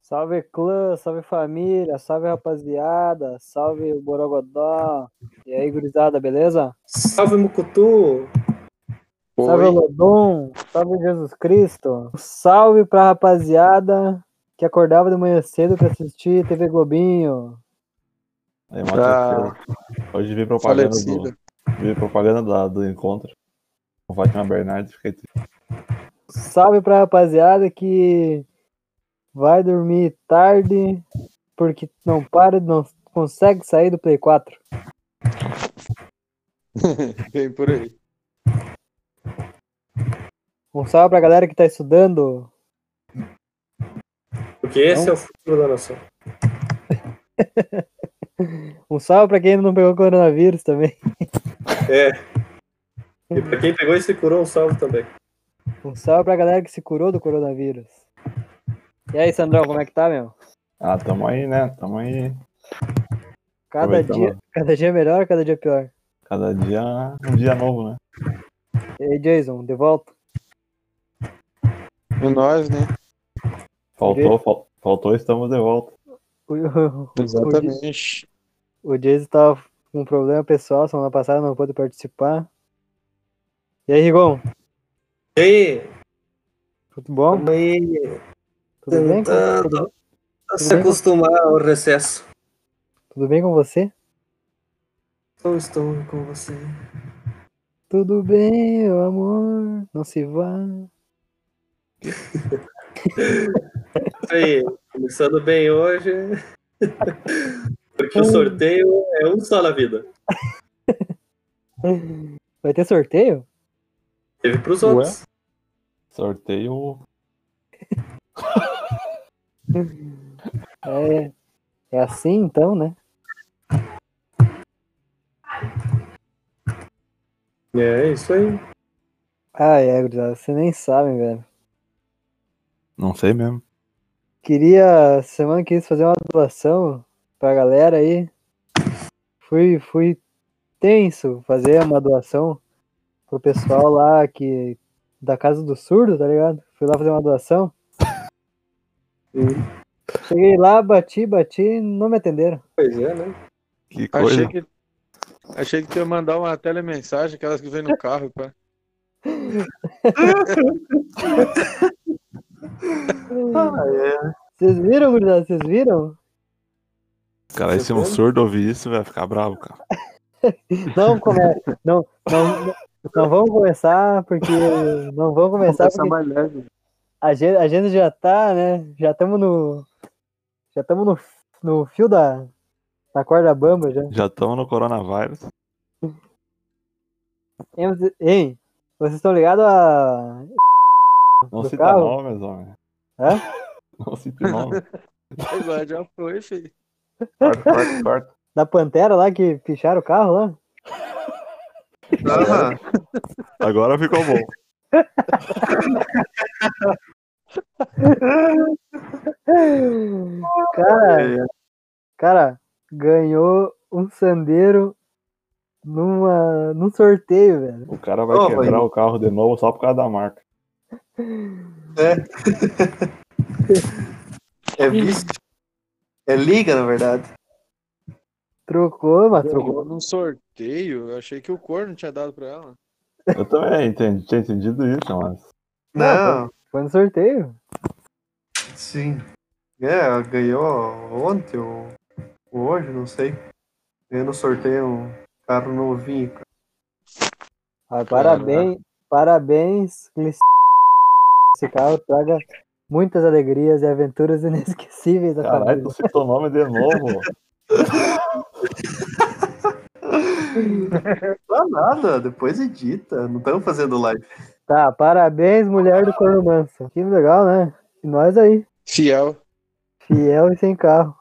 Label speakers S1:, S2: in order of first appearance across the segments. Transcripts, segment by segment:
S1: Salve clã, salve família, salve rapaziada, salve o Borogodó. E aí, gurizada, beleza?
S2: Salve Mucutu!
S1: Salve Lodon, salve Jesus Cristo. Salve pra rapaziada que acordava de manhã cedo pra assistir TV Globinho.
S3: Aí,
S4: Pra-
S3: Matheus, Hoje vi propaganda, do,
S4: Falecida.
S3: vi propaganda da- do encontro com Fátima Bernardes. Fiquei triste.
S1: Salve pra rapaziada que vai dormir tarde porque não para, não consegue sair do Play 4.
S4: Vem por aí.
S1: Um salve pra galera que tá estudando.
S2: Porque esse é o futuro da nação.
S1: Um salve pra quem ainda não pegou coronavírus também.
S2: E pra quem pegou e se curou, um salve também.
S1: Um salve pra galera que se curou do coronavírus. E aí, Sandrão, como é que tá, meu?
S3: Ah, tamo aí, né? Tamo aí.
S4: é
S1: Cada
S4: tá,
S3: Aproveitando.
S1: dia, cada dia é melhor, cada dia pior.
S3: Cada dia um dia novo, né?
S1: E aí, Jason, de volta?
S4: E nós, né?
S3: Faltou, fal- faltou, estamos de volta.
S1: O, o-
S4: Exatamente.
S1: o Jason tava com um problema pessoal, semana passada não pôde participar. E aí, Rigon,
S2: E aí,
S1: tudo bom?
S2: vamos aí
S1: Tudo bem? com-
S2: tentando
S1: Tudo,
S2: se acostumar ao recesso.
S1: tudo bem com você?
S2: Eu estou com você.
S1: Tudo bem, meu amor, não se vá.
S2: Isso aí, começando bem hoje.
S1: Hum.
S2: Porque o sorteio é um só na vida.
S1: Vai ter sorteio?
S2: Teve pros
S4: Ué?
S2: outros.
S3: Sorteio.
S1: É, é assim então, né?
S2: É isso aí.
S1: Ah, é, gurizada, vocês nem sabem, velho.
S3: Não sei mesmo.
S1: Queria, semana quis fazer uma doação pra galera aí. Fui, fui tenso fazer uma doação pro pessoal lá que da casa do surdo, tá ligado? Fui lá fazer uma doação. Cheguei lá, bati, bati, não me atenderam.
S2: Pois é, né?
S3: Que coisa.
S4: Achei que, achei que tu ia mandar uma telemensagem, aquelas que vem no carro, pá.
S1: Vocês viram, gurizada? Vocês viram?
S3: Cara, se um surdo ouvir isso, vai ficar bravo, cara.
S1: Não começa, não, não, não vamos começar porque não vamos começar porque
S4: mais leve.
S1: A gente, a gente já tá, né? Já estamos no. Já estamos no, no fio da, da corda bamba já.
S3: Já estamos no coronavírus.
S1: Hein, você- Hein? Vocês estão ligados a.
S3: Não
S1: Do
S3: cita
S1: carro?
S3: nomes, homem.
S1: Hã?
S3: Não cita nomes.
S4: Agora já foi, filho.
S3: Corta, corta, corta.
S1: Da Pantera lá que picharam o carro lá?
S4: Ah,
S3: Agora ficou bom.
S1: Cara,
S2: É,
S1: cara ganhou um sandeiro numa, num sorteio, velho.
S3: O cara vai
S2: Ô,
S3: quebrar
S2: mãe.
S3: o carro de novo só por causa da marca.
S2: É visto. É liga, na verdade.
S1: Trocou, mas trocou.
S4: Jogou num sorteio. Eu achei que o corno tinha dado pra ela.
S3: Eu também entendi, tinha entendido isso, mas.
S1: Não. Foi no sorteio.
S2: Sim. É, ganhou ontem ou ou hoje, não sei. Ganhou no sorteio um carro novinho. cara.
S1: Ah, parabéns, parabéns, Glic- Esse carro traga muitas alegrias e aventuras inesquecíveis à
S3: Caralho,
S1: família.
S3: tu citou o nome de novo.
S2: Não dá nada, depois edita. Não estamos fazendo live.
S1: Tá, parabéns, mulher do Corno Manso. Que legal, né? E nós aí,
S4: Fiel.
S1: fiel e sem carro.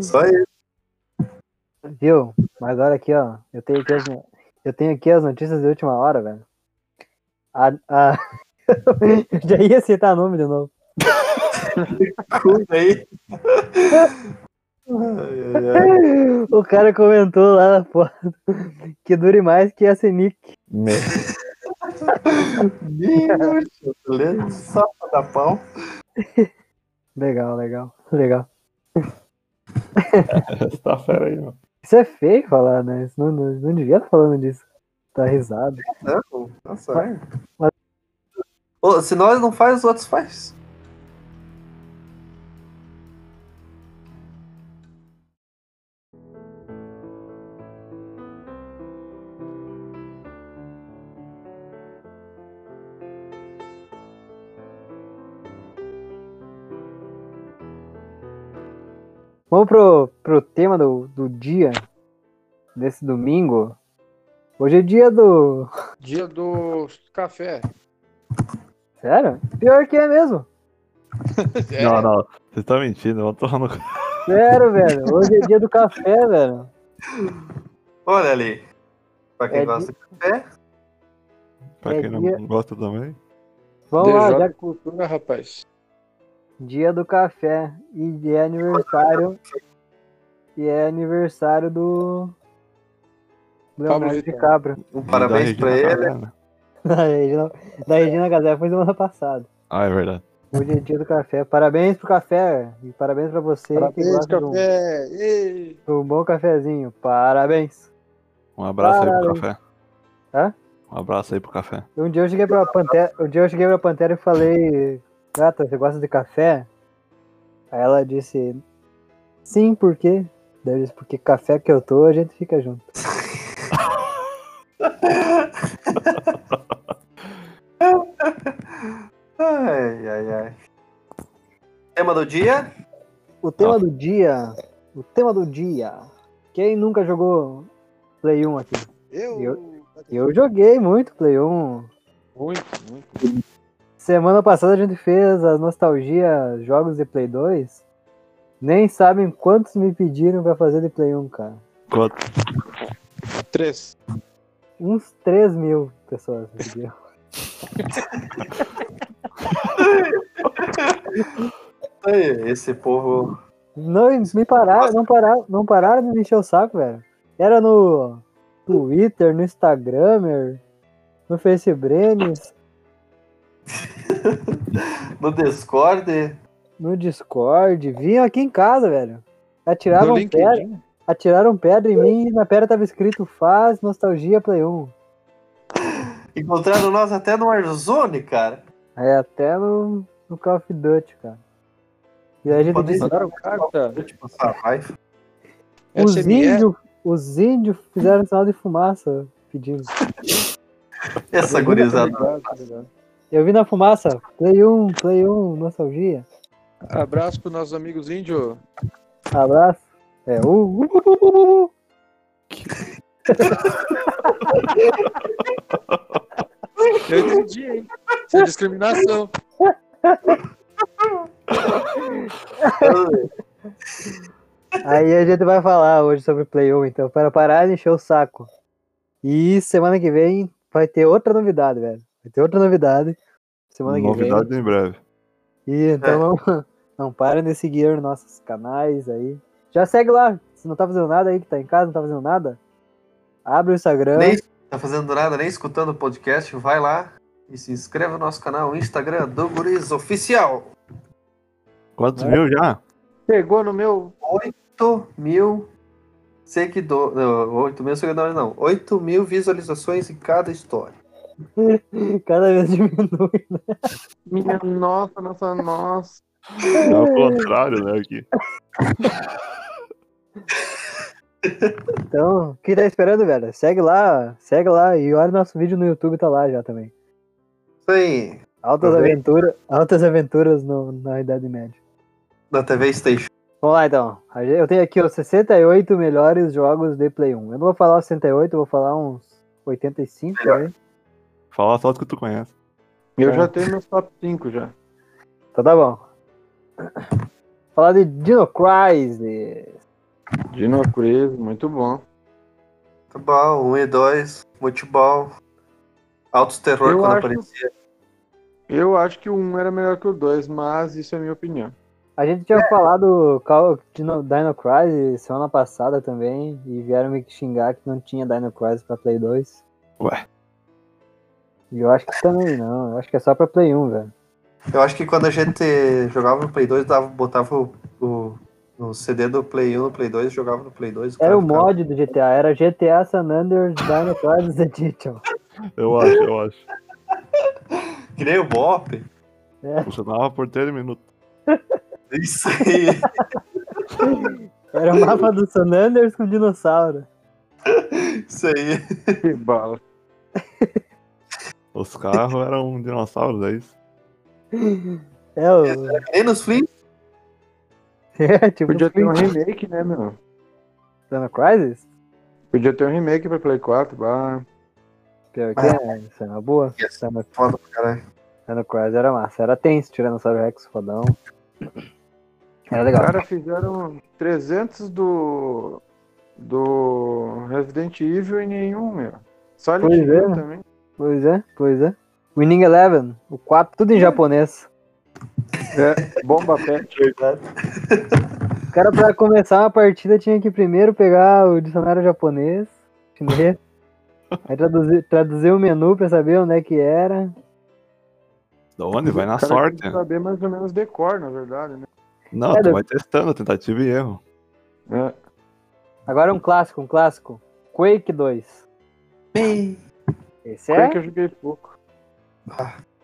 S2: Só isso.
S1: Viu? Mas olha aqui, ó. Eu tenho aqui as, no- eu tenho aqui as notícias de última hora, velho. A, a... eu já ia citar nome de novo.
S2: Cuida aí. Ai, ai, ai.
S1: O cara comentou lá na foto que dure mais que a Senic.
S3: Me...
S2: Bicho, beleza? Sapa da pau.
S1: Legal, legal, legal.
S3: Você tá fera aí, mano.
S1: Isso é feio falar, né? Isso não, não, não devia estar falando disso. Tá risado.
S2: Não, Né, nossa. Ô, se nós não faz, os outros faz.
S1: Vamos pro, pro tema do, do dia, desse domingo. Hoje é dia do.
S4: Dia do café.
S1: Sério? Pior que é mesmo.
S4: É,
S3: Não, não. Vocês estão mentindo, vão tomar no cu.
S1: Sério, velho. Hoje é dia do café, velho.
S2: Olha ali. Pra quem
S1: É
S2: gosta de café,
S3: Pra
S1: É
S3: quem
S1: dia-
S3: não gosta também.
S1: Vamos lá,
S4: DJ
S1: já-
S4: Cultura, rapaz.
S1: dia do café. E é aniversário. E é aniversário do.
S4: Pablo
S1: Leonardo
S4: Vittar.
S1: DiCaprio.
S2: um parabéns pra ele.
S1: Da Regina, da Regina Gazé foi semana passada.
S3: Ah, é verdade.
S1: Hoje é dia do café. Parabéns pro café. E parabéns pra você que
S4: Parabéns,
S1: gosta de um-
S4: café. Ei.
S1: de um bom cafezinho. Parabéns.
S3: Um abraço aí pro café.
S1: Hã?
S3: Um abraço aí pro café.
S1: Um dia eu cheguei pra Pantera, um dia eu cheguei pra Pantera e falei, gata, você gosta de café? Aí ela disse, sim, por quê? Daí eu disse, porque café que eu tô, a gente fica junto.
S2: Ai, ai, ai. Tema do dia?
S1: O tema
S3: Ah.
S1: do dia, o tema do dia. Quem nunca jogou Play 1 aqui?
S4: Eu.
S1: Eu joguei muito Play 1.
S4: Muito, muito.
S1: Semana passada a gente fez as nostalgia jogos de Play 2. Nem sabem quantos me pediram pra fazer de Play 1, cara.
S3: Quanto?
S4: Três.
S1: Uns 3 mil pessoas me pediram.
S2: Ai, Esse povo.
S1: Não, eles me pararam, não pararam, não pararam de me encher o saco, velho. Era no Twitter, no Instagramer, no Faceborenes,
S2: No Discord.
S1: no Discord. Vinham aqui em casa, velho.
S4: No
S1: Atiraram pedra,
S4: LinkedIn. né?
S1: atiraram pedra em mim e na pedra tava escrito Faz Nostalgia Play 1.
S2: Encontraram nós até no Warzone, cara.
S1: É, até no, no Call of Duty, cara. E aí a gente
S2: Podem
S1: disse,
S4: Mandaram carta.
S2: Eu te passar raiva.
S1: um os
S4: SMS.
S1: índios, os índios fizeram sinal de fumaça pedindo.
S2: Essa gurizada.
S4: Obrigado, obrigado.
S1: Eu vi na fumaça, Play 1, Play 1, Nostalgia.
S4: Abraço pros nossos amigos índio.
S1: Abraço. É, uh, uh, uh, uh, uh, uh.
S4: Eu entendi, hein? Isso é discriminação.
S1: Aí a gente vai falar hoje sobre Play 1, então, para parar de encher o saco. E semana que vem vai ter outra novidade, velho. Vai ter outra novidade. Semana que
S3: Novidades em breve.
S1: vem. E
S2: É.
S1: então não, não parem de seguir nossos canais aí. Já segue lá. Se não tá fazendo nada aí, que tá em casa, não tá fazendo nada. Abre o
S4: né?
S1: Instagram.
S2: Nem tá fazendo nada, nem escutando o podcast, vai lá e se inscreve no nosso canal, o Instagram do Guriz Oficial.
S3: Quantos mil já?
S4: Pegou no meu.
S2: 8 mil seguidores. 8 mil seguidores, não. 8 mil visualizações em cada história.
S1: Cada vez diminui.
S4: Minha nossa, nossa, nossa.
S3: É o contrário, né? Aqui.
S1: Então, quem tá esperando, velho? Segue lá, segue lá. E olha nosso vídeo no YouTube, tá lá já também.
S2: Isso aí.
S1: Altas
S2: Tá bem.
S1: aventuras, altas aventuras no- na Idade Média.
S2: Na TV Station.
S1: Vamos lá então. A gen- Eu tenho aqui os 68 melhores jogos de Play 1. Eu não vou falar os 68, eu vou falar uns 85
S2: Melhor.
S1: aí.
S3: Fala só os que tu conhece.
S4: Eu
S1: É.
S4: já tenho meus top 5 já.
S1: Então tá bom. Falar de Dino Crisis.
S4: Dino Crazy, muito bom.
S2: Tá bom, 1 e 2, futebol. Altos terror
S4: Eu
S2: quando
S4: acho-
S2: aparecia.
S4: Eu acho que o 1 era melhor que o 2, mas isso é minha opinião.
S1: A gente tinha falado Call- Dino, Dino Crisis semana passada também e vieram me xingar que não tinha Dino Crisis pra Play 2.
S3: Ué.
S1: E eu acho que também não. Eu acho que é só pra Play 1, velho.
S2: Eu acho que quando a gente jogava no Play 2, dava, botava o, o, o CD do Play 1 no Play 2 jogava no Play 2.
S1: Era
S4: Ah,
S2: cara
S1: o
S4: tá.
S2: ficava-
S1: mod do GTA, era GTA San Andreas Dino Crisis Edition.
S5: Eu acho, eu acho.
S2: Que nem o Bop.
S5: Funcionava por 3 minutos.
S2: Isso aí.
S1: Era o mapa do San Andreas com dinossauro.
S2: Isso aí.
S4: Que bala.
S5: Os carros eram
S3: um
S5: dinossauros, é isso?
S1: É, o...
S2: Que nem nos Flint.
S1: é tipo Podia
S4: Podia ter um remake, né, meu?
S1: Dino Crisis?
S4: Podia ter um remake pra Play 4, bah.
S1: Pior que é, isso é uma boa.
S2: Yes.
S1: Dino
S2: Foda pra caralho.
S1: Dino Crisis era massa, era tenso, Tiranossauro Rex, fodão. Era
S4: Os
S1: legal.
S4: caras fizeram 300 do. do Resident Evil e nenhum, meu. Só ele
S1: Pois é, né?
S4: também.
S1: Pois é, pois é. Winning Eleven, o 4, tudo em japonês.
S4: É, bomba pet.
S1: O cara, pra começar uma partida, tinha que primeiro pegar o dicionário japonês, chinês, aí traduzir, traduzir o menu pra saber onde é que era.
S5: Da onde? Vai na
S4: O cara
S5: sorte. né?
S4: tem que saber mais ou menos decor, na verdade, né?
S5: Não,
S1: Cara,
S5: tu vai testando, tentativa e erro.
S4: É.
S1: Agora um clássico, um clássico. Quake 2. Esse
S4: Foi
S1: é,
S4: que eu joguei pouco.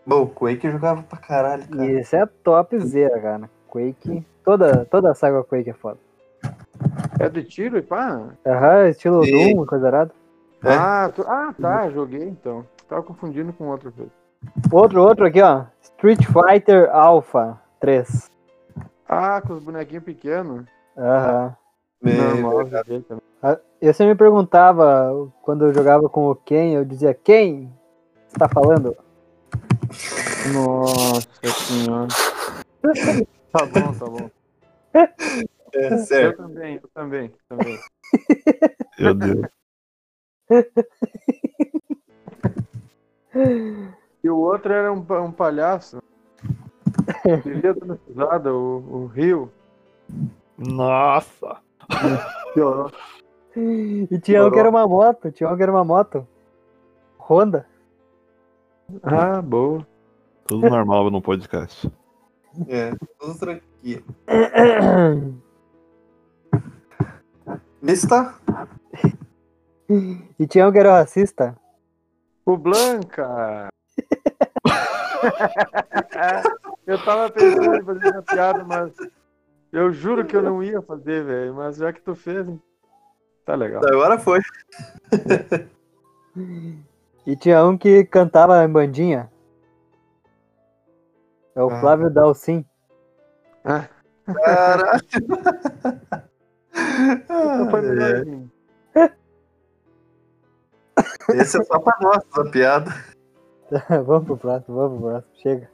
S2: Bom, o Quake jogava pra caralho, cara.
S1: esse é topzera, cara. Quake, toda, toda a saga Quake é foda.
S4: É de tiro e pá?
S1: Aham, estilo
S2: Sim.
S1: Doom, coisa errada.
S2: É.
S4: Ah, tu- ah, tá, joguei então. Tava confundindo com outro jogo.
S1: Outro, outro aqui, ó. Street Fighter Alpha 3.
S4: Ah, com os bonequinhos pequenos.
S1: Aham.
S4: Normal,
S2: Meu,
S4: joguei também.
S1: Eu sempre me perguntava, quando eu jogava com o Ken, eu dizia, Ken? Você tá falando?
S4: Nossa senhora. tá bom, tá bom.
S2: é
S4: Eu
S2: sério.
S4: também, eu também, também.
S5: Meu Deus.
S4: E o outro era um, pa- um palhaço. Vivia dando risada, o, o Rio.
S5: Nossa!
S4: Piorou.
S1: E tinha um que era uma moto, tinha um que era uma moto. Honda.
S4: Ah, boa.
S5: Tudo normal no podcast.
S2: É, tudo tranquilo. Vista?
S1: E tinha um que era racista.
S4: O Blanca! eu tava pensando em fazer uma piada, mas eu juro que eu não ia fazer, velho. Mas já que tu fez, tá legal.
S2: Agora foi.
S1: E tinha um que cantava em bandinha. É o
S2: Ah.
S1: Flávio Dalcin.
S2: Caralho.
S4: Então foi
S2: Ah,
S4: melhor assim.
S2: é. Esse é só pra nós, a piada.
S1: vamos pro próximo, vamos pro próximo. Chega.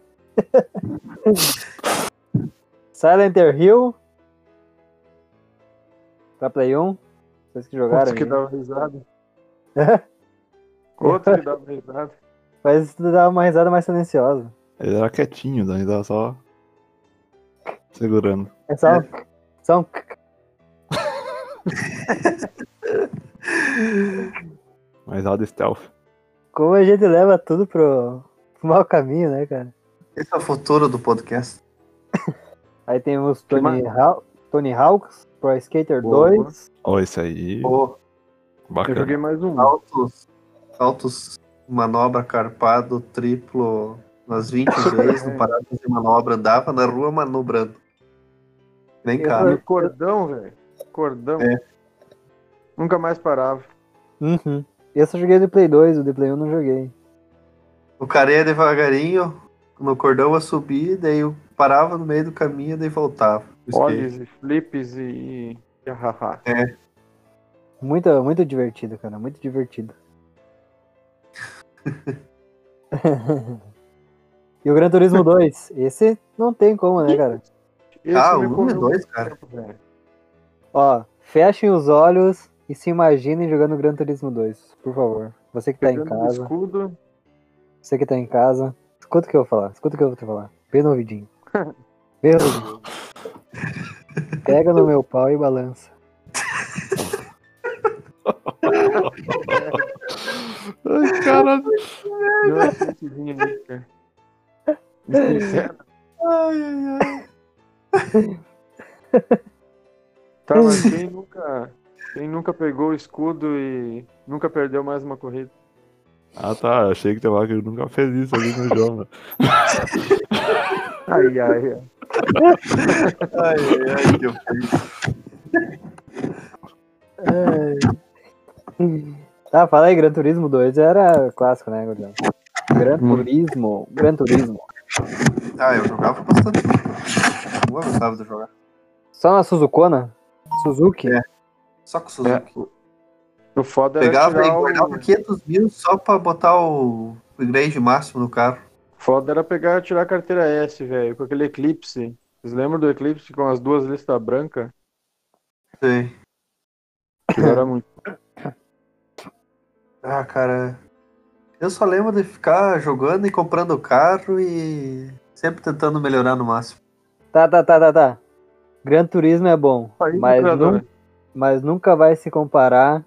S1: Silent Hill. Pra Play 1. Vocês que jogaram.
S4: é. Outro que
S1: né?
S4: dava risada. Outro que dava risada.
S1: Mas isso dava uma risada mais silenciosa.
S5: Ele era quietinho, daí tava só. segurando.
S1: É só um. Só um. c-
S5: Mas nada stealth.
S1: Como a gente leva tudo pro, pro mau caminho, né, cara?
S2: Esse é o futuro do podcast.
S1: Aí tem os
S4: Que
S1: Tony, Haw- Tony Hawks, Pro Skater
S4: Boa,
S1: 2.
S5: Ó, esse aí.
S2: Pô,
S4: Eu
S5: Bacana.
S4: joguei mais um.
S2: altos, altos manobra carpado, triplo, nas 20 vezes, não parava de fazer manobra, andava na rua manobrando. Nem
S4: E
S2: cara.
S4: cordão, velho. Cordão.
S2: É.
S4: Nunca mais parava.
S1: Uhum. Esse eu joguei do Play 2, o do Play 1 eu não joguei.
S2: O cara ia devagarinho, no cordão a subir, daí eu parava no meio do caminho, daí voltava.
S4: Olhos e flips e. e hahaha.
S2: É.
S1: Muito, muito divertido, cara. Muito divertido. e o Gran Turismo 2. Esse não tem como, né, cara?
S4: Esse
S2: Ah,
S4: me
S2: um e
S4: comeu
S2: dois,
S4: muito
S2: cara.
S4: tempo, velho.
S1: Ó, fechem os olhos e se imaginem jogando Gran Turismo 2, por favor. Você que tá em
S4: Pegando o
S1: casa,
S4: escudo.
S1: você que tá em casa, escuta o que eu vou falar, escuta o que eu vou te falar. Vê no ouvidinho. Vê no ouvidinho. Pega no meu pau e balança.
S5: Ai, caralho.
S4: Deu uma sentidinha ali, cara. Sincero.
S2: Ai, ai, ai.
S4: Tá, mas quem nunca, quem nunca pegou o escudo e nunca perdeu mais uma corrida?
S5: Ah tá, achei que tava que eu nunca fez isso ali no jogo. né?
S4: Ai, ai, ai.
S2: Ai, ai, ai, que eu fiz.
S1: Ah, fala aí, Gran Turismo 2 era clássico, né, Gordão? Gran Turismo, Gran Turismo.
S2: Ah, eu jogava bastante. Eu gostava de jogar.
S1: Só na Suzukona? Suzuki?
S2: É. Só com o Suzuki.
S4: É, O foda É, era né?
S2: Pegava e
S4: tirar
S2: guardava
S4: o...
S2: 500 mil só pra botar o upgrade máximo no carro.
S4: foda era pegar e tirar a carteira S, velho, com aquele Eclipse. Vocês lembram do Eclipse com as duas listas brancas?
S2: Sim.
S4: Que era muito.
S2: Ah, cara. Eu só lembro de ficar jogando e comprando o carro e sempre tentando melhorar no máximo.
S1: Tá, tá, tá, tá, tá. Gran Turismo é bom,
S4: País
S1: mas,
S4: do
S1: nu-
S4: Predador.
S1: mas nunca vai se comparar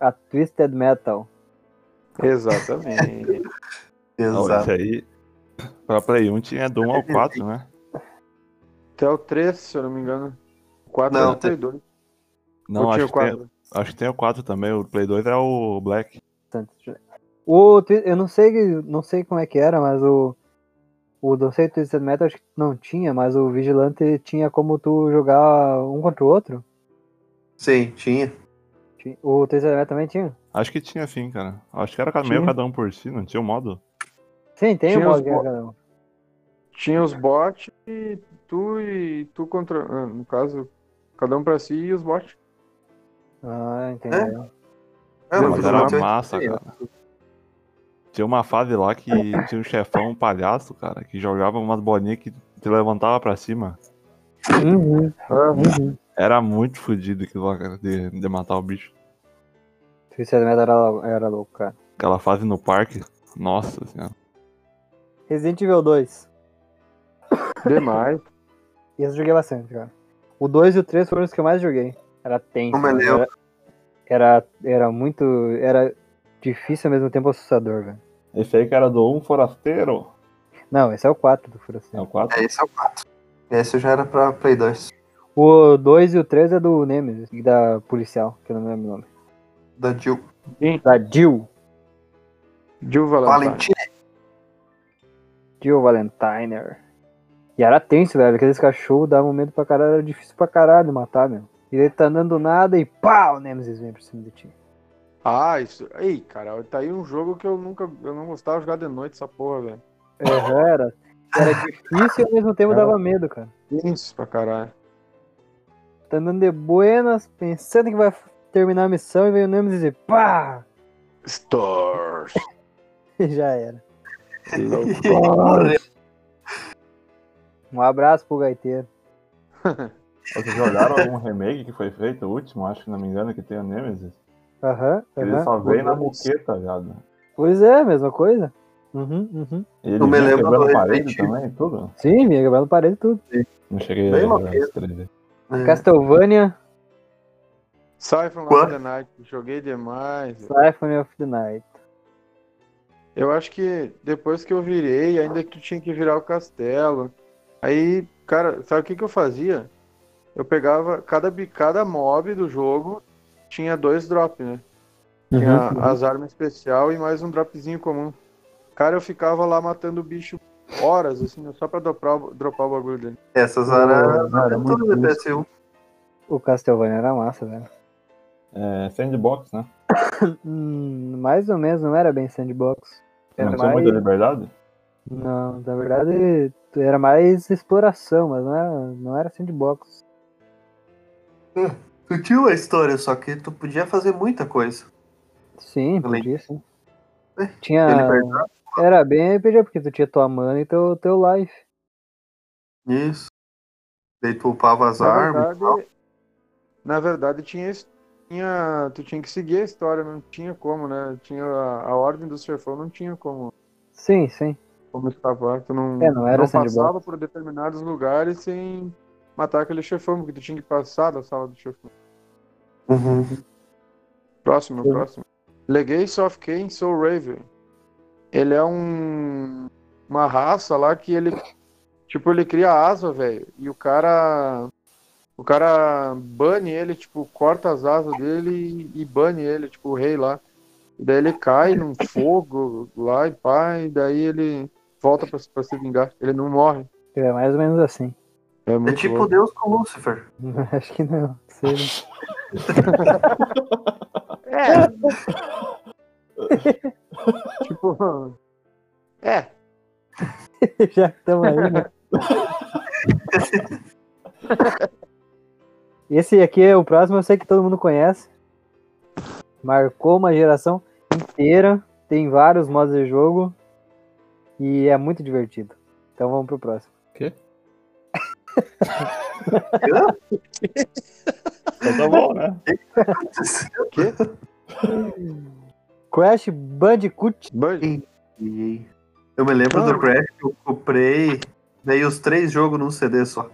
S1: a Twisted Metal.
S4: Exatamente.
S5: Não,
S2: Exato.
S5: esse aí. Pra Play 1 tinha do 1 ao 4, né?
S4: Até o 3, se eu não me engano. O 4
S2: Não,
S4: era o Play 2.
S5: Não,
S4: Ou tinha
S5: acho
S4: o
S5: que, tem,
S4: 4.
S5: acho que tem o 4 também. O Play 2 é o Black.
S1: Tanto- O, Twi- eu não sei, não sei como é que era, mas o o não sei Twisted Metal acho que não tinha, mas o Vigilante tinha como tu jogar um contra o outro.
S5: é-
S2: Sim, tinha.
S1: Ti- O Twisted Metal também tinha.
S5: Acho que tinha sim, cara. Acho que era ca-
S4: Tinha.
S5: meio cada um por si, não tinha o modo.
S1: Sim, tem
S4: Tinha
S1: um
S4: os
S1: mod, né,
S4: mo-
S1: cara?
S4: Tinha os bots e tu e tu contra. ah, No caso, cada um pra si e os bots.
S1: Ah, entendi.
S2: Ah,
S4: Não,
S5: mas
S4: mas
S5: era
S4: não.
S5: massa, cara. Tinha uma fase lá que tinha um chefão, um palhaço, cara, que jogava umas bolinhas que te levantava pra cima.
S1: Uhum,
S2: Ah.
S5: Era muito fodido aquilo lá, cara, de, de matar o bicho.
S1: Twisted Metal era, lou- era louco, cara.
S5: Aquela fase no parque. Nossa senhora.
S1: Resident Evil 2.
S4: Demais.
S1: Esse eu joguei bastante, cara. O 2 e o 3 foram os que eu mais joguei. Era tenso.
S2: Como é
S1: cara.
S2: leu?
S1: era, era, era muito. Era difícil ao mesmo tempo assustador, velho.
S5: Esse aí que era do 1 forasteiro.
S1: Não, esse é o 4 do Furaceiro.
S5: o 4.
S2: É, esse é o 4. Esse já era pra Play 2.
S1: O 2 e o 3 é do Nemesis, e da policial, que eu não lembro o nome.
S2: Da Jill.
S1: Da Jill.
S4: Jill Valentine.
S2: Valentina.
S1: Jill Valentiner. E era tenso, velho. Aqueles cachorros davam medo pra caralho, era difícil pra caralho matar, meu. E ele tá andando do nada e pá, o Nemesis vem pra cima de ti.
S4: Ah, isso. Ei, cara, tá aí um jogo que eu nunca. Eu não gostava de jogar de noite, essa porra, velho.
S1: Aham, era, era difícil e ao mesmo tempo dava medo, cara.
S4: Isso pra caralho.
S1: Tá andando de buenas, pensando que vai terminar a missão e veio o Nemesis e pá!
S4: Stars.
S1: E já era.
S2: Morreu.
S1: Um abraço pro gaiteiro.
S5: Vocês jogaram algum remake que foi feito, o último, acho que não me engano, que tem o Nemesis?
S1: Aham,
S5: Ele
S1: aham.
S5: só veio na
S4: Nossa.
S5: moqueta, viado.
S1: Pois é, mesma coisa. Uhum, uhum.
S5: Ele
S2: Eu me
S5: vinha
S2: lembro
S5: quebrando
S2: do
S5: parede
S2: Resident Evil.
S5: também, tudo.
S1: Sim, vinha quebrando parede e tudo.
S5: Não cheguei
S2: Bem
S5: a
S2: moqueta.
S5: escrever.
S2: É.
S1: Castlevania,
S4: Siphon um of
S2: Quanto?
S4: the Night. Joguei demais. velho.
S1: Symphony of the Night.
S4: Eu acho que depois que eu virei, ainda que tu tinha que virar o castelo. Aí, cara, sabe o que que eu fazia? Eu pegava cada, bi- cada mob do jogo, tinha dois drops, né?
S2: Uhum.
S4: Tinha as armas especial e mais um dropzinho comum. Cara, eu ficava lá matando o bicho horas, assim, só pra doprar o- dropar o bagulho dele.
S2: Essas eram
S1: Não, era muito
S2: tudo do PS1.
S1: O Castlevania era massa, velho.
S5: É, sandbox, né?
S1: Hum, mais ou menos, não era bem sandbox. Era
S5: não
S2: é
S5: tinha
S1: mais...
S5: muita liberdade?
S1: Não, na verdade era mais exploração, mas não era, não era sandbox.
S2: Tu tinha uma história, só que tu podia fazer muita coisa.
S1: Sim,
S2: Além-
S1: podia sim.
S2: É,
S1: Tinha.
S2: Ele perdeu.
S1: Era bem RPG, porque tu tinha tua mana e teu, teu life.
S2: Isso. Daí tu upava as
S4: Na
S2: armas.
S4: verdade, na verdade tinha, his- tinha, tu tinha que seguir a história, não tinha como, né? Tinha a, a ordem do chefão, não tinha como.
S1: Sim, sim.
S4: como escapar. Tu não,
S1: É, não era sandbox.
S4: passava por determinados lugares sem matar aquele chefão, porque tu tinha que passar da sala do chefão.
S2: Uhum.
S4: Próximo,
S1: Sim.
S4: próximo. Legacy of Kain Soul Raven. Ele é um. Uma raça lá que ele. Tipo, ele cria asa, velho. E o cara. O cara bane ele, tipo, corta as asas dele e, e bane ele, tipo, o rei lá. E daí ele cai num fogo lá e pá, e daí ele volta pra, pra se vingar. Ele não morre.
S1: É mais ou menos assim.
S4: É,
S2: É
S4: muito
S2: tipo
S4: louco.
S2: Deus com Lúcifer.
S1: Acho que não. Sei lá.
S4: É. tipo. É.
S1: Já que estamos aí, né? Esse aqui é o próximo, eu sei que todo mundo conhece. Marcou uma geração inteira, tem vários modos de jogo e é muito divertido. Então vamos pro próximo.
S3: Então
S4: É
S3: tá bom, né?
S1: Crash Bandicoot.
S4: Bud.
S2: E eu me lembro
S4: Claro.
S2: do Crash que eu comprei, daí os três jogos num CD só.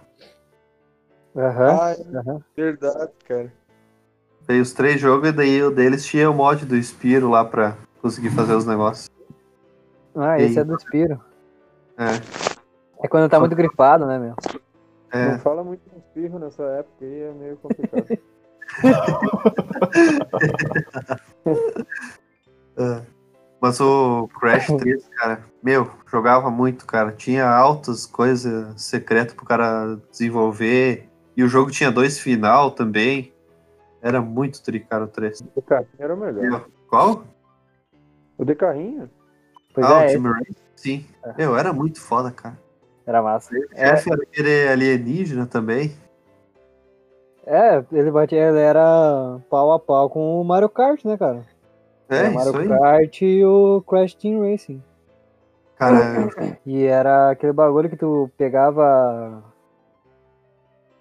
S1: Aham.
S4: Ah,
S1: aham.
S4: verdade, cara.
S2: Daí os três jogos e daí o deles tinha o mod do Spiro lá pra conseguir fazer os negócios.
S1: Ah, esse
S2: Ei.
S1: é do Spiro.
S2: É,
S1: É quando tá muito gripado, né, meu?
S4: Não
S1: Hum.
S2: é.
S4: fala muito com espirro nessa época aí, é meio complicado.
S2: Mas o Crash 3, cara, meu, jogava muito, cara. Tinha altas coisas secretas pro cara desenvolver. E o jogo tinha dois final também. Era muito tri, cara, o 3.
S4: o de carrinho era o melhor.
S2: Qual?
S4: O de carrinho?
S1: Pois
S2: ah,
S1: é,
S2: o Team Racing, sim. Meu, era muito foda, cara.
S1: era massa.
S2: F era aquele alienígena também.
S1: É, ele batia, ele era pau a pau com o Mario Kart, né, cara?
S2: É,
S1: Era Mario
S2: isso aí.
S1: Kart e o Crash Team Racing.
S2: Cara,
S1: E era aquele bagulho que tu pegava.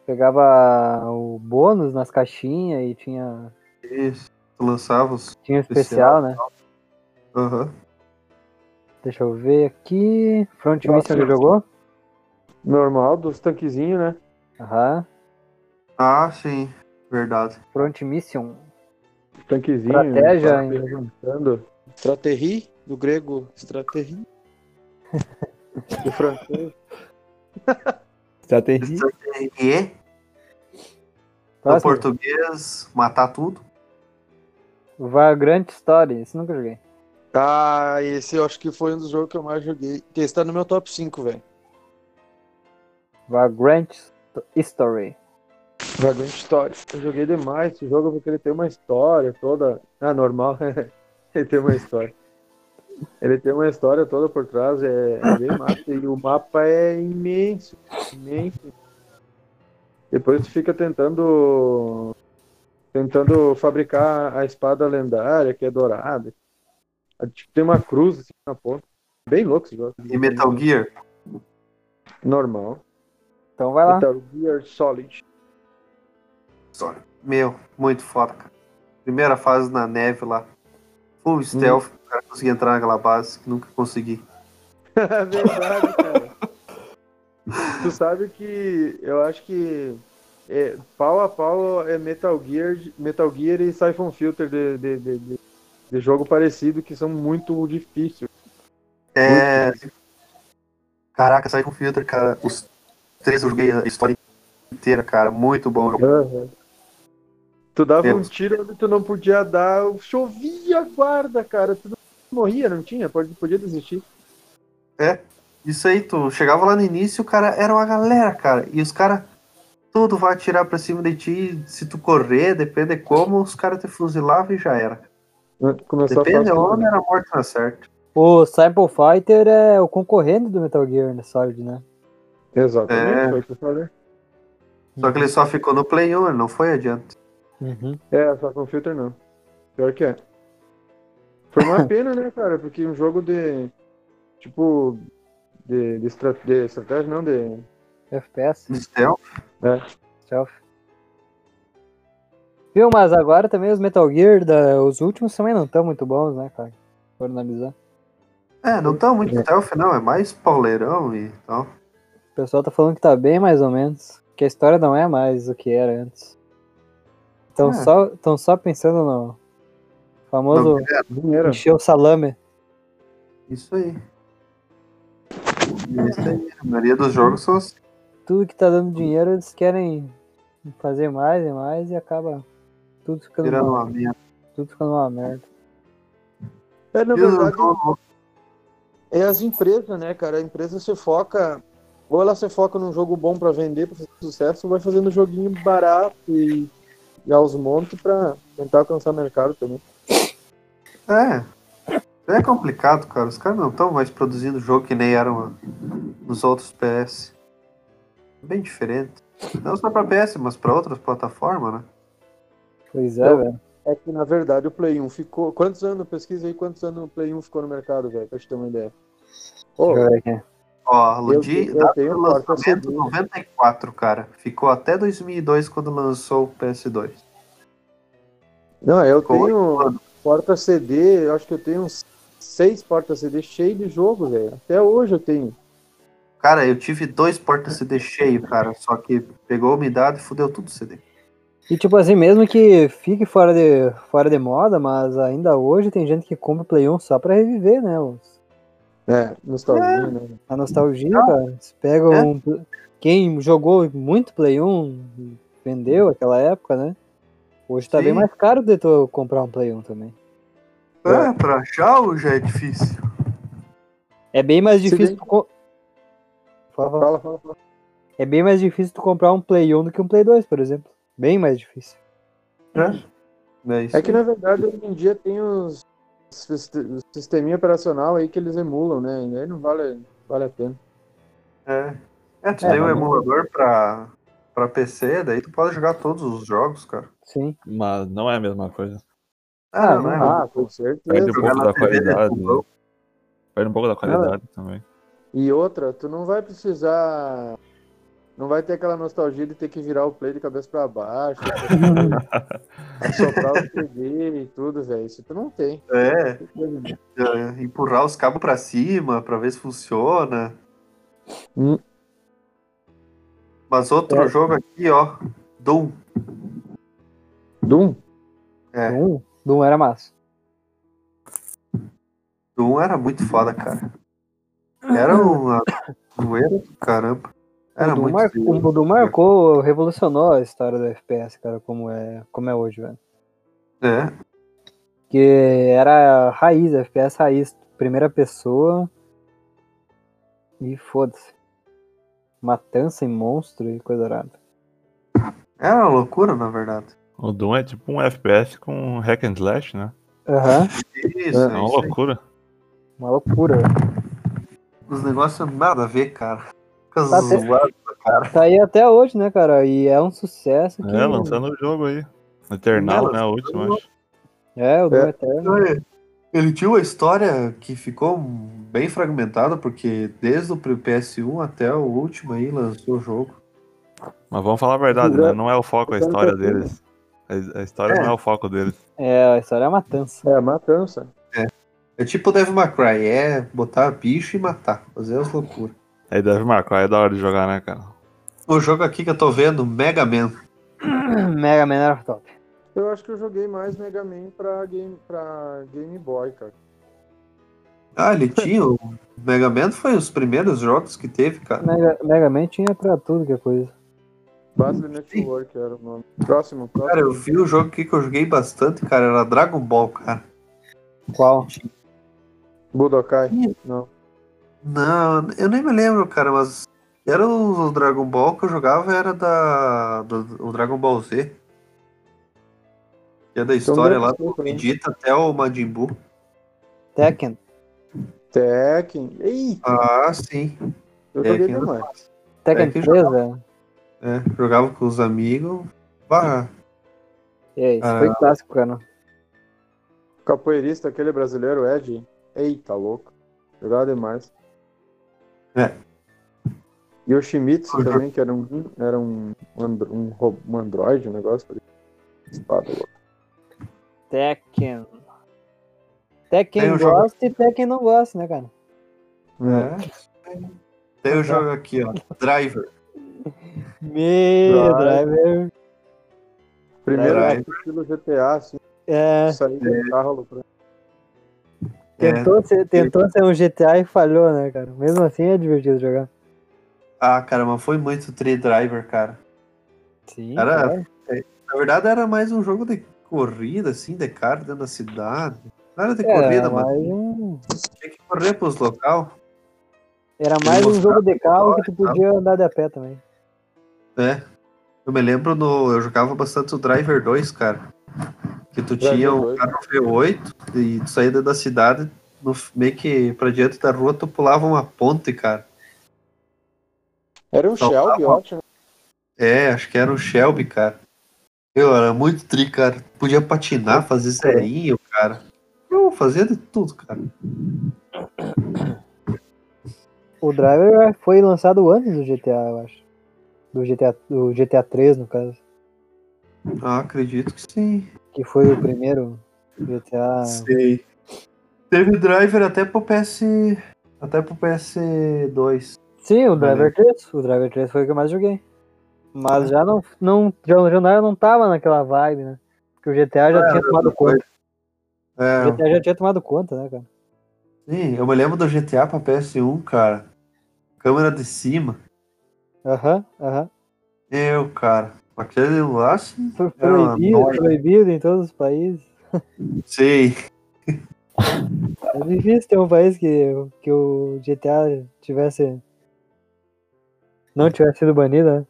S1: Pegava o bônus nas caixinhas e tinha.
S2: isso. Tu lançava os.
S1: Tinha o especial,
S2: Especial.
S1: né?
S2: Aham.
S1: Deixa eu ver aqui. Front
S4: Nossa.
S1: Mission ele jogou?
S4: Normal, dos tanquezinhos, né?
S1: Aham.
S2: Ah, sim. Verdade.
S1: Front Mission.
S4: Tanquezinho. tá
S1: Estratégia em-
S4: Perguntando. Strategie, do grego, strategie. do francês.
S3: Já tem ri.
S2: E
S4: Tá,
S2: no
S1: Próximo.
S2: português, matar tudo.
S1: Vagrant Story. Esse nunca joguei.
S4: Ah, esse eu acho que foi um dos jogos que eu mais joguei. Esse tá no meu top 5, velho.
S1: Vagrant Sto- Story.
S4: Vagrant Story. Eu joguei demais esse jogo porque ele tem uma história toda. Ah, normal. ele tem uma história. Ele tem uma história toda por trás, é, é bem massa. E o mapa é imenso. Imenso. Depois tu fica tentando. Tentando fabricar a espada lendária, que é dourada. Ah, Tipo, tem uma cruz assim na ponta. Bem louco esse jogo.
S2: E Metal Gear.
S4: Normal.
S1: Então vai lá.
S4: Metal Gear Solid.
S2: Sorry. Meu, muito foda, cara. Primeira fase na neve lá. Full stealth, o cara conseguia entrar naquela base que nunca consegui.
S4: É verdade, cara. tu sabe que eu acho que é, pau a pau é Metal Gear, Metal Gear e Siphon Filter de, de, de, de- de jogo parecido que são muito difíceis.
S2: É. Caraca, sai com filtro, cara. Os três eu joguei a história inteira, cara. Muito bom.
S4: Tu dava
S2: Eu-
S4: um tiro onde tu não podia dar, chovia guarda, cara. Tu não morria, não tinha, pode, podia desistir.
S2: Isso aí, tu chegava lá no início, o cara era uma galera, cara. E os caras, tudo vai atirar pra cima de ti. Se tu correr, depende de como, os caras te fuzilavam e já era.
S4: Começou
S2: Depende é de
S4: a falar.
S2: onde era morto tá na certa.
S1: O Cyber Fighter é o concorrente do Metal Gear Solid, né?
S4: Exatamente,
S2: É.
S4: foi o que eu falei.
S2: Só que ele só ficou no Play 1, ele não foi adiante.
S1: Uhum.
S4: É, só com filter não. Pior que é. Foi uma pena, né, cara? Porque um jogo de. Tipo. De, de, estra- de estratégia, não, de.
S1: FPS.
S2: No stealth,
S1: Stealth. Viu, mas agora também os Metal Gear, da- os últimos também não estão muito bons, né, cara? Por analisar.
S2: É, não tão muito stealth, não. É mais pauleirão e tal.
S1: O pessoal tá falando que tá bem mais ou menos. Que a história não é mais o que era antes. Estão
S2: Ah.
S1: só, tão só pensando no Famoso
S4: Primeiro.
S1: encher o salame.
S2: Isso aí. É Isso aí. A maioria dos jogos são assim.
S1: Tudo que tá dando dinheiro, eles querem fazer mais e mais e acaba tudo
S4: Então,
S1: ficando,
S2: tirando
S1: uma,
S2: uma minha.
S1: tudo ficando uma merda.
S4: É, na
S2: Mesmo
S4: verdade,
S2: jogo,
S4: é as empresas, né, cara? A empresa se foca. Ou ela se foca num jogo bom pra vender, pra fazer sucesso, ou vai fazendo um joguinho barato e, e aos montes pra tentar alcançar mercado também.
S2: É. É complicado, cara. Os caras não estão mais produzindo jogo que nem eram nos outros PS. Bem diferente. Não só pra PS, mas pra outras plataformas, né?
S1: Pois é,
S4: Eu-
S1: velho.
S4: É que, na verdade, o Play 1 ficou. Quantos anos? Pesquisa aí quantos anos o Play 1 ficou no mercado, velho, pra te ter uma ideia. Ô,
S1: Deixa eu ver aqui.
S2: Ó,
S4: eu,
S2: Ludi,
S4: eu tenho forte
S2: lançamento 94, cara. Ficou até 2002 quando lançou o PS2.
S4: Não, eu
S2: Ficou
S4: tenho
S2: anos.
S4: porta CD, eu acho que eu tenho uns seis portas CD cheios de jogo, velho. Até hoje eu tenho.
S2: Cara, eu tive dois portas CD cheio, cara. Só que pegou a umidade e fudeu tudo o CD.
S1: E tipo assim, mesmo que fique fora de, fora de moda, mas ainda hoje tem gente que compra o Play 1 só pra reviver, né? os-
S4: É, nostalgia, né?
S1: a nostalgia, cara. Se pega
S2: É.
S1: um. Quem jogou muito Play 1, vendeu aquela época, né? Hoje tá bem
S2: Sim.
S1: mais caro de tu comprar um Play 1 também.
S2: É, pra achar já é difícil.
S1: É bem mais
S4: Se
S1: difícil.
S4: bem-
S1: tu co- Fala, fala.
S4: Fala, fala, fala.
S1: É bem mais difícil tu comprar um Play 1 do que um Play 2, por exemplo. Bem mais difícil.
S2: É, isso
S4: É que
S2: aí.
S4: na verdade hoje em dia tem os, os sisteminha operacional aí que eles emulam, né? E aí não vale, vale a pena.
S2: É. É, tu
S1: É,
S2: tem um
S1: mas-
S2: emulador pra, pra PC, daí tu pode jogar todos os jogos, cara.
S1: Sim.
S3: Mas não é a mesma coisa.
S2: Ah, não, é, mano.
S4: Ah, com
S3: Perde
S4: certeza.
S3: um pouco
S2: na né,
S3: da
S2: TV de
S3: qualidade. né?
S2: fogão.
S3: Perde um pouco da qualidade também.
S4: E outra, tu não vai precisar. Não vai ter aquela nostalgia de ter que virar o play de cabeça pra baixo, soprar o CD e tudo, velho. Isso tu não tem.
S2: É,
S4: Que coisa, né?
S2: é, empurrar os cabos pra cima pra ver se funciona.
S4: Hum.
S2: Mas outro
S1: É.
S2: jogo aqui, ó. Doom.
S4: Doom?
S2: É.
S1: Doom, Doom Um, era massa.
S2: Doom era muito foda, cara. Era uma zoeira do caramba. Era
S1: o, Doom é
S2: muito
S1: mar-
S2: zoeira.
S1: o Doom marcou, revolucionou a história do FPS, cara, como é, como é hoje, velho.
S2: É,
S1: Que era raiz, FPS raiz, primeira pessoa. E foda-se. Matança e monstro e coisa arada.
S2: era uma loucura, na verdade.
S3: O Doom é tipo um FPS com hack and slash, né?
S1: Aham,
S2: Isso,
S3: É
S2: é,
S3: uma
S2: isso aí.
S3: loucura.
S1: uma loucura. velho.
S2: Os negócios nada a ver, cara. Fica
S1: Tá até-
S2: zoado.
S1: Tá aí até hoje, né, cara? E é um sucesso que.
S3: É, lançando o jogo aí. Eternal,
S2: Não,
S3: né? O último, eu acho.
S1: É, o Doom
S4: É.
S1: Eterno.
S2: Ele- Ele tinha uma história que ficou bem fragmentada, porque desde o PS1 até o último aí lançou o jogo.
S3: Mas vamos falar a verdade, né? Não é o foco a
S4: Eu quero
S3: história
S4: que eu tenha.
S3: deles. A a história não é o foco deles.
S1: É, a história é a matança.
S4: É, matança.
S2: É tipo o Devil May Cry, é botar bicho e matar, fazer as loucuras.
S3: Aí deve marcar, aí é da hora de jogar, né, cara?
S2: O jogo aqui que eu tô vendo, Mega Man.
S1: Mega Man era top.
S4: Eu acho que eu joguei mais Mega Man pra Game, pra game Boy, cara.
S2: Ah, ele tinha o Mega Man foi os primeiros jogos que teve, cara.
S1: Mega, Mega Man tinha pra tudo que é coisa.
S4: Battle Network era o nome. Próximo,
S2: Cara, eu
S4: próximo.
S2: vi o jogo aqui que eu joguei bastante, cara, era Dragon Ball, cara.
S1: Qual?
S4: Budokai. um
S2: Não, eu nem me lembro, cara, mas era o Dragon Ball que eu jogava, era da do, o Dragon Ball Z. Que é da história lá do
S4: desculpa, né?
S2: Vegeta até o Majin Buu.
S1: Tekken.
S4: Tekken. Ei,
S2: Ah, sim.
S4: eu
S2: Tekken é
S4: joguei
S2: era
S4: demais.
S1: Tekken
S2: Tekken
S1: 3,
S2: jogava.
S1: velho.
S2: É, jogava com os amigos. Bah,
S1: É, isso
S2: Ah.
S1: foi clássico, cara.
S4: Capoeirista, aquele brasileiro, Ed. Eita, louco. Jogava demais.
S2: É.
S4: Yoshimitsu
S2: Eu
S4: também, que era um, era um, andro, um, ro- um android, um negócio. Espada, louco.
S1: Tekken.
S2: Tem
S1: Tekken
S2: um jogo-
S1: gosta e Tekken não gosta, né, cara?
S2: é. Tem o jogo aqui, ó. Driver.
S1: Meu
S4: Driver.
S1: driver.
S4: Primeiro
S2: Caralho.
S4: estilo GTA, assim,
S1: É,
S4: Sair do carro, loucura.
S2: É,
S1: tentou, ser, tentou ser um GTA e falhou, né, cara? Mesmo assim é divertido jogar.
S2: Ah, cara, mas foi muito Tree Driver, cara.
S1: Sim.
S2: Cara, Na verdade era mais um jogo de corrida, assim, de carro dentro da cidade. Não
S1: É,
S2: era de corrida, mas
S1: mais um,
S2: tinha que correr pros local,
S1: era mais um jogo de carro que tu
S2: mostrava,
S1: podia andar de a pé também.
S2: né? Eu me lembro no. Eu jogava bastante o Driver 2, cara. Que tu
S4: Driver
S2: tinha um
S4: 2.
S2: carro V8 e tu saía da cidade, no, meio que pra diante da rua, tu pulava uma ponte, cara.
S4: Era um
S2: Então,
S4: Shelby,
S2: tá bom.
S4: ótimo.
S2: É, acho que era o Shelby, cara. Eu era muito tri, cara. Podia patinar, fazer serinho, cara. Eu fazia de tudo, cara.
S1: O Driver foi lançado antes do GTA, eu acho. Do GTA, do GTA 3, no caso.
S2: Ah, acredito que sim.
S1: Que foi o primeiro GTA.
S2: Sei. Teve driver até pro PS. Até pro PS2.
S1: Sim, o Driver 3. O Driver 3 foi o que eu mais joguei. Mas já não. não já, já não- não tava naquela vibe, né? Porque o GTA já tinha tomado conta. O
S2: É,
S1: GTA já tinha tomado conta, né, cara?
S2: sim, eu me lembro do GTA pra PS1, cara. Câmera de cima.
S1: Aham, aham.
S2: Eu, cara. Aquele lá, assim,
S1: Foi
S2: Era uma
S1: proibido,
S2: noia.
S1: proibido em todos os países.
S2: sei.
S1: É difícil ter um país que, que o GTA tivesse. Não tivesse sido banido, né?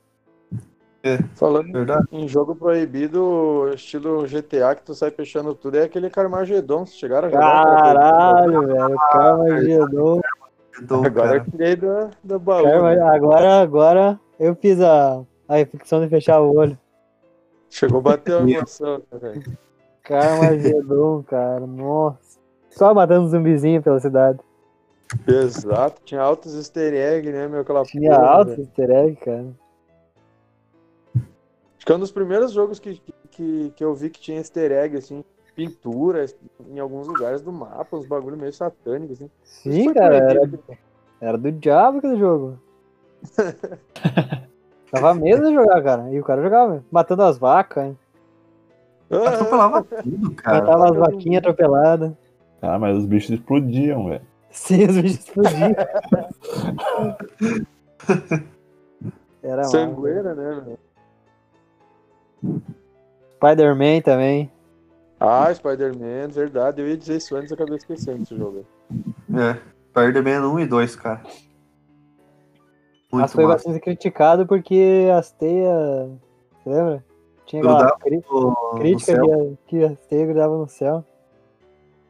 S4: Falando
S2: Verdade.
S4: em jogo proibido, estilo GTA, que tu sai fechando tudo, é aquele Carmageddon. Vocês chegaram a jogar?
S1: Caralho, velho. Carmageddon.
S2: Então,
S4: Agora eu
S2: cara.
S4: tirei da, da baú. né?
S1: Carma- Agora, agora eu fiz a, a reflexão de fechar o olho.
S4: Chegou a bater a emoção, né, velho?
S1: Carmageddon, cara. Nossa. Só matando zumbizinho pela cidade.
S4: Exato, tinha altos easter egg, né, meu? Aquela
S1: Tinha
S4: porra,
S1: alto
S4: velho.
S1: easter egg, cara.
S4: Acho que é um dos primeiros jogos que, que, que eu vi que tinha easter egg, assim, pintura em alguns lugares do mapa, uns bagulho meio satânico, assim.
S1: Sim,
S4: Foi
S1: cara. Era,
S4: proibido.
S1: era do diabo aquele jogo. Tava mesmo de jogar, cara. E o cara jogava, matando as vacas.
S4: Ah,
S2: Atropelava tudo, cara.
S1: Matava as vaquinhas atropeladas.
S3: Ah, mas os bichos explodiam, velho.
S1: Sim, os bichos explodiam. Era massa.
S2: é
S4: sangueira, né, meu?
S1: Spider-Man também.
S4: Ah, Spider-Man, verdade. Eu ia dizer isso antes, eu acabei esquecendo desse jogo.
S2: É. Spider-Man 1 e 2, cara.
S1: Mas
S2: Muito
S1: foi
S2: massa.
S1: bastante criticado porque as teias. Você lembra? Tinha aquela
S2: Grudava
S1: cri-
S2: no- no
S1: crítica
S2: céu.
S1: que, a- que as teias grudavam no céu.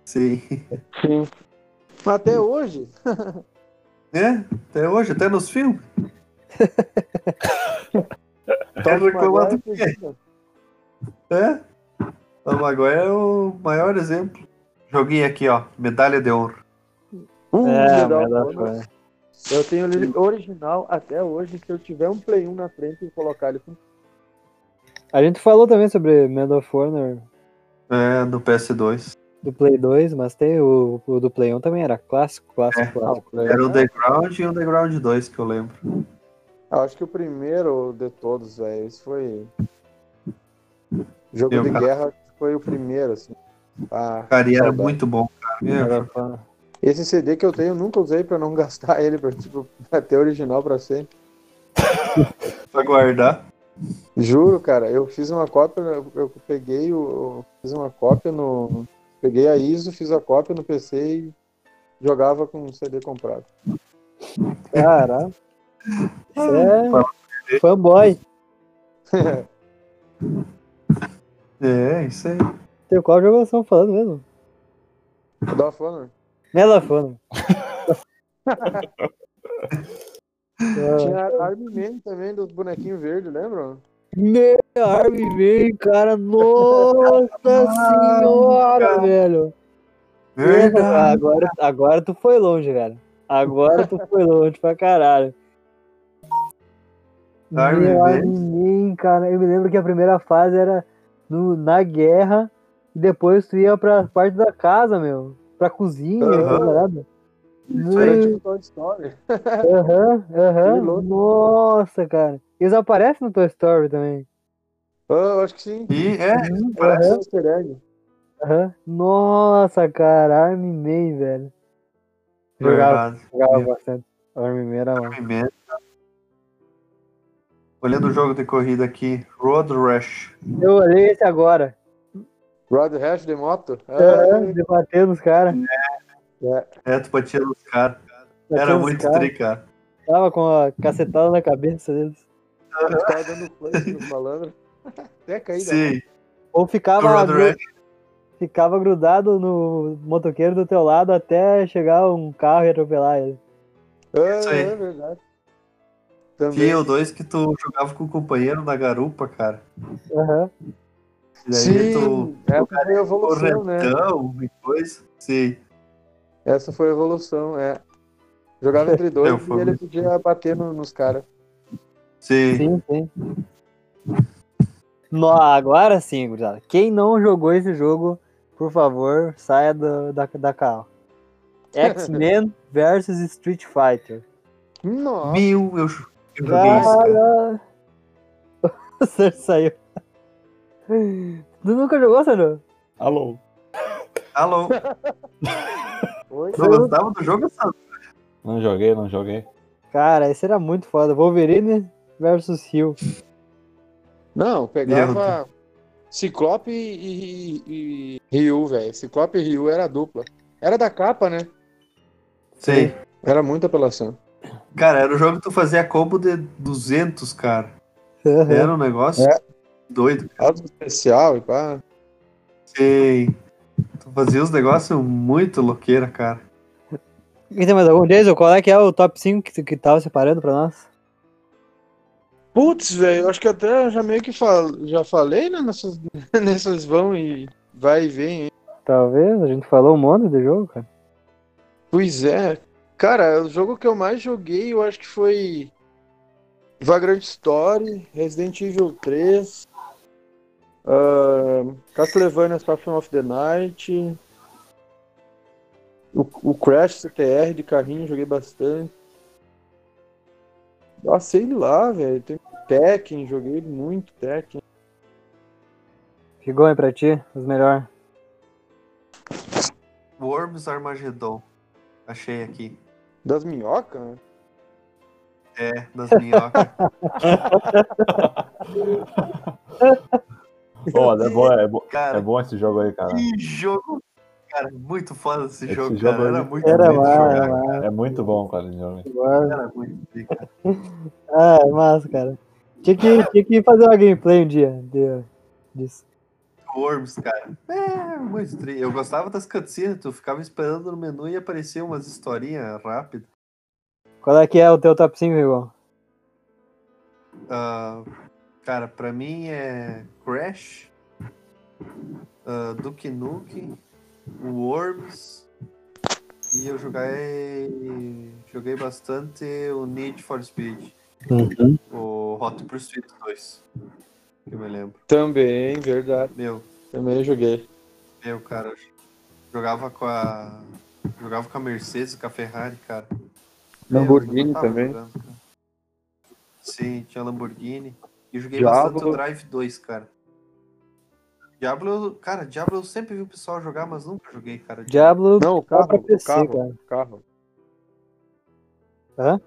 S2: Sim.
S4: Sim. Até hoje,
S2: É, até hoje, até nos filmes. Quer
S4: Tobey
S2: reclamar É do
S4: Maguire,
S2: É? O Maguire é o maior exemplo. Joguei aqui, ó. Medalha de honra.
S4: um
S1: é,
S4: Medal
S1: mas
S4: of
S1: ela
S4: Honor.
S1: foi.
S4: Eu tenho ele original até hoje. Se eu tiver um Play 1 na frente e colocar ele com
S1: A gente falou também sobre Medal of Honor
S2: É, do PS2.
S1: do Play 2, mas tem o, o do Play 1 também era clássico, clássico,
S4: É.
S1: clássico.
S2: Era o Underground e o Underground 2, que eu lembro.
S4: Eu acho que o primeiro de todos, velho. Esse foi. Jogo
S2: Meu,
S4: de
S2: cara.
S4: guerra foi o primeiro, assim. Ah,
S2: Cara, e era
S4: Saudade.
S2: muito bom, cara.
S1: Era
S2: Meu,
S1: fã.
S4: esse CD que eu tenho, eu nunca usei pra não gastar ele, pra, tipo, até original pra sempre.
S2: pra guardar.
S4: Juro, cara, eu fiz uma cópia, eu eu peguei o. Fiz uma cópia no. Peguei a ISO, fiz a cópia no PC e jogava com o CD comprado.
S1: Caralho. Você é fanboy.
S2: É, isso aí.
S1: Tem qual jogo nós estamos falando mesmo?
S4: Dá fã, né?
S1: Medal of Honor.
S2: É.
S4: Tinha Armin Man também, dos bonequinhos verdes, lembra?
S1: Meu Armin Man, cara, nossa
S4: Ah,
S1: senhora, velho.
S2: Verdade.
S1: Agora, agora tu foi longe, velho. Agora tu foi longe pra caralho.
S2: Armin
S1: Meu
S2: Man.
S1: Armin Man, cara, eu me lembro que a primeira fase era no, na guerra e depois tu ia pra parte da casa, meu. Pra cozinha,
S2: Aham.
S1: pra parada.
S2: Isso
S4: Era
S2: aí.
S4: tipo Toy Story.
S1: Aham,
S4: Que
S1: aham.
S4: louco.
S1: Nossa, cara. Eles aparecem no Toy Story também.
S4: Ah, eu acho que sim.
S2: E é,
S1: Uhum,
S2: parece-
S4: Easter egg.
S1: Aham. Nossa, cara, Army Man, velho. Jogava,
S2: Verdade.
S1: jogava
S2: Meu.
S1: bastante. Army Man era massa.
S2: Primeiro. Olhando o jogo de corrida aqui, Road Rash.
S1: Eu olhei esse agora.
S4: Rod Rash de moto?
S1: É,
S4: Ah,
S1: debatendo os caras.
S2: É, tu batia nos caras. Era
S1: batendo os
S2: muito
S1: caras.
S2: tri, cara.
S1: Tava com a cacetada na cabeça deles.
S4: tu tava dando flash no malandro. Até né? caí da
S2: É. Sim,
S1: Ou
S2: do
S1: ficava,
S2: Road
S1: gru-
S2: Rash.
S1: ficava grudado no motoqueiro do teu lado até chegar um carro e atropelar ele.
S4: Ah,
S2: Isso aí.
S4: é verdade. Também.
S2: Tinha o dois que tu jogava com o companheiro na garupa, cara.
S1: Aham.
S2: E daí tu.
S4: Sim, essa foi a evolução, né?
S2: Corretão e coisa. Sim.
S4: Essa foi a evolução, é. Jogava entre dois
S2: Eu fui-
S4: e ele podia bater no- nos caras.
S2: Sim.
S1: Sim, sim. No, agora sim, gurizada. Quem não jogou esse jogo, por favor, saia do- da, da cal. X-Men versus Street Fighter.
S4: Nossa,
S2: Mil, eu, jo- eu joguei isso, cara.
S1: Cara! O Sérgio saiu. Tu nunca jogou, Sérgio?
S3: Alô?
S2: Alô,
S4: oi?
S2: não gostava do jogo? essa-
S3: Não joguei, não joguei.
S1: Cara, esse era muito foda. Wolverine versus Hill.
S4: Não, pegava Ciclope e, e- e Ryu, velho. Ciclope e Ryu era a dupla. Era da capa, né?
S2: Sim.
S4: Era muita apelação.
S2: Cara, era o jogo que tu fazia combo de 200, cara.
S1: Uhum.
S2: Era um negócio
S4: É.
S2: doido.
S4: Alto especial e pá.
S2: Sim. Tu fazia uns negócios muito louqueira, cara.
S1: E tem mais Então, algum? Jason, qual é que é o top 5 que, tu- que tava separando pra nós?
S4: Putz, velho, eu acho que até já meio que fal- já falei, né? Nessas, nessas vão e vai e vem. hein?
S1: Talvez, a gente falou um monte de jogo, cara.
S4: Pois é. Cara, o jogo que eu mais joguei, eu acho que foi Vagrant Story, Resident Evil 3, ah, Castlevania Symphony of the Night, o, o Crash CTR de carrinho, joguei bastante. Ah, sei lá, velho. Tem Tekken, joguei muito Tekken.
S1: Ficou aí pra ti, os melhores.
S2: Worms Armageddon. Achei aqui.
S4: Das minhocas, né?
S2: É, das minhocas.
S3: Pô, mas é bom, é bom, é
S2: Cara,
S3: bom esse jogo aí, cara.
S2: que jogo. Cara, muito foda esse,
S3: Esse
S2: jogo,
S3: jogo
S2: cara.
S3: aí
S2: Era muito
S1: Era
S2: bonito
S1: lá,
S2: jogar.
S1: era lá.
S3: É muito bom, cara, esse jogo.
S1: agora.
S2: Era muito bonito, cara.
S1: Ah, é massa, cara. Tinha que, tinha que fazer uma gameplay um dia de, disso.
S2: Worms, cara. É, muito tri. Eu gostava das cutscenes, tu ficava esperando no menu e aparecia umas historinhas rápidas.
S1: Qual é que é o teu top 5, Rigon?
S2: Ah, cara, pra mim é Crash, ah, Duke Nukem, Worms, e eu joguei, joguei bastante o Need for Speed, o Hot Pursuit 2, que eu me lembro.
S4: Também, verdade.
S2: Meu,
S4: Também joguei.
S2: meu, cara, eu jogava com a... Jogava com a Mercedes, com a Ferrari, cara.
S4: Lamborghini
S2: Eu tava
S4: também.
S2: jogando, cara. Sim, tinha Lamborghini. E joguei
S4: Diablo.
S2: bastante o Drive 2, cara. Diablo, eu- cara, Diablo eu sempre vi o pessoal jogar, mas nunca joguei, cara.
S1: Diablo
S4: Não,
S1: só
S4: o carro,
S1: pra
S4: o
S1: PC,
S4: carro.
S1: cara.
S4: carro.
S1: Hã?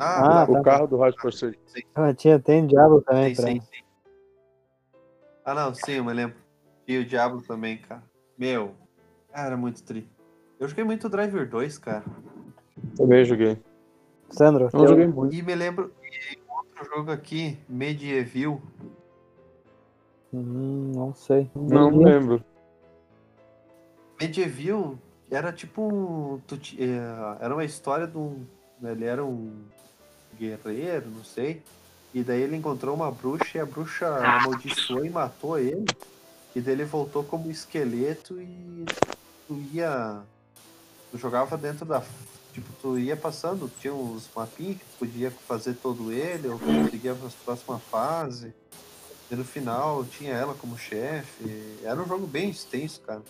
S2: Ah,
S1: Ah,
S4: o
S1: tá.
S4: carro do Rádio Pursuit.
S1: Ah, tinha, tem Diablo
S4: é
S1: também,
S2: Sim,
S1: pra
S2: sim, sim. Ah, não, sim, eu me lembro. E o Diablo também, cara. Meu, cara, muito tri. Eu joguei muito Driver 2, cara.
S4: Também joguei.
S1: Sandro,
S4: Não
S1: teu-
S4: joguei muito.
S2: E me lembro. E outro jogo aqui, Medieval.
S1: Hum, não sei.
S4: Não
S1: Ninguém-
S4: lembro.
S2: Medieval era tipo um. tu ti- eh, era uma história de um. Ele era um guerreiro, não sei. E daí ele encontrou uma bruxa e a bruxa amaldiçoou e matou ele. E daí ele voltou como esqueleto e tu ia. Tu jogava dentro da. Tipo, tu ia passando, tinha uns mapinhos que tu podia fazer todo ele, ou tu conseguia a próxima fase. E no final tinha ela como chefe. Era um jogo bem extenso, cara.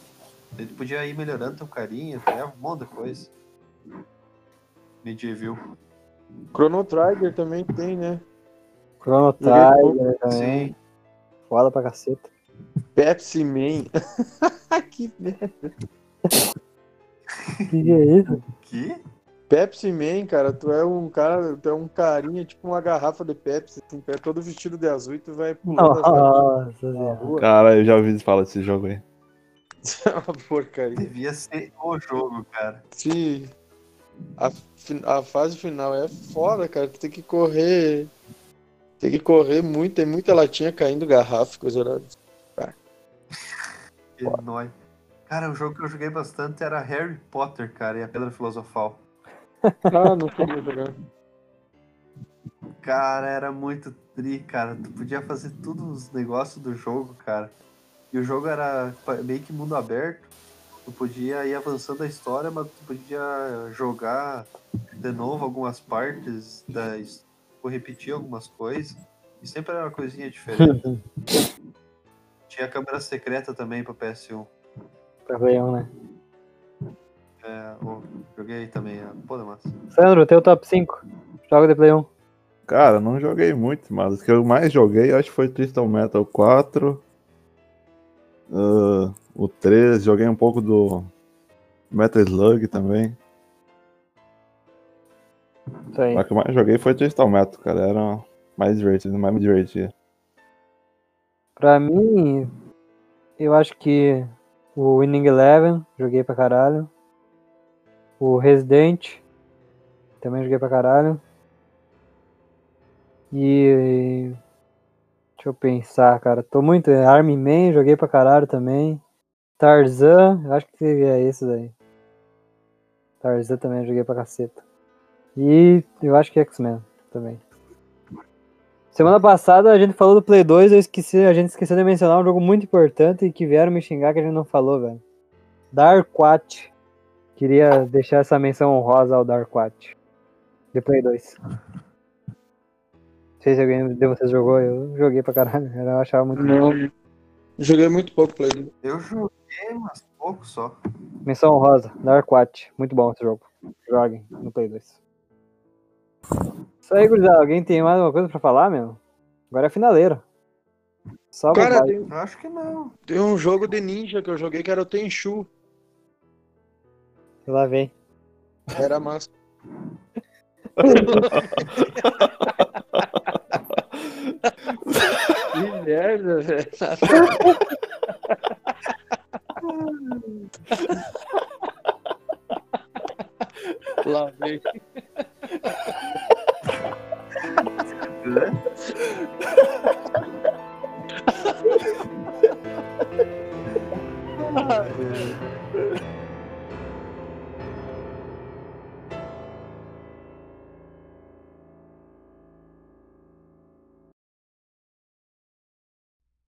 S2: Ele podia ir melhorando teu carinho, até um monte de coisa. Medieval.
S4: Chrono Trigger também tem, né?
S1: Chrono
S4: Joguei
S1: Trigger
S4: pouco.
S1: também.
S2: Sim.
S1: Foda pra caceta.
S4: Pepsi Man. que merda.
S1: Que que é isso?
S2: Que?
S4: Pepsi Man, cara, tu é um cara, tu é um carinha, tipo uma garrafa de Pepsi, assim, tu é todo vestido de azul e tu vai pulando as garrafas
S1: Nossa,
S4: na
S1: velho.
S4: rua.
S5: Cara, eu já ouvi falar desse jogo aí.
S4: Isso é uma porcaria.
S2: Devia ser o jogo, cara.
S4: Se a, fi- a fase final é foda, cara, tu tem que correr, tem que correr muito, tem muita latinha caindo, garrafa, coisa lá.
S2: Que nóis. Cara, o jogo que eu joguei bastante era Harry Potter, cara, e a Pedra Filosofal.
S4: Ah, não sei jogar.
S2: Cara, era muito tri, cara. Tu podia fazer todos os negócios do jogo, cara. E o jogo era pa- meio que mundo aberto. Tu podia ir avançando a história, mas tu podia jogar de novo algumas partes, da his- ou repetir algumas coisas. E sempre era uma coisinha diferente. Tinha câmera secreta também pra PS1.
S1: Pra ganhar, né?
S2: É, ó, joguei também, é, pô, mas...
S1: Sandro, teu top 5. Joga de Play 1.
S5: Cara, não joguei muito, mas o que eu mais joguei acho que foi Crystal Metal 4. ah, o 3, joguei um pouco do Metal Slug também.
S1: Isso aí.
S5: Mas o que eu mais joguei foi Crystal Metal, cara. Era mais divertido, mais me divertia.
S1: Pra mim, eu acho que o Winning Eleven, joguei pra caralho. O Resident, também joguei pra caralho. E. Deixa eu pensar, cara. Tô muito. Army Man, joguei pra caralho também. Tarzan, eu acho que é esse daí. Tarzan também joguei pra caceta. E eu acho que X-Men também. Semana passada a gente falou do Play 2, eu esqueci, a gente esqueceu de mencionar um jogo muito importante e que vieram me xingar que a gente não falou, velho. Darkwatch. Queria deixar essa menção honrosa ao Darkwatch. De Play 2. Não sei se alguém de vocês jogou, eu joguei pra caralho. Eu achava muito.
S4: Não. Joguei muito pouco Play doh.
S2: Eu joguei, mas pouco só.
S1: Menção honrosa, Darkwatch. Muito bom esse jogo. Joguem no Play 2. Isso aí, gurizada. Alguém tem mais alguma coisa pra falar, meu? Agora é finaleiro. Só
S4: Cara,
S1: vontade.
S4: tem,
S2: Eu acho que não.
S4: tem um jogo de ninja que eu joguei que era o Tenchu.
S1: Lá vem.
S4: Era massa. que merda, velho. Lá vem.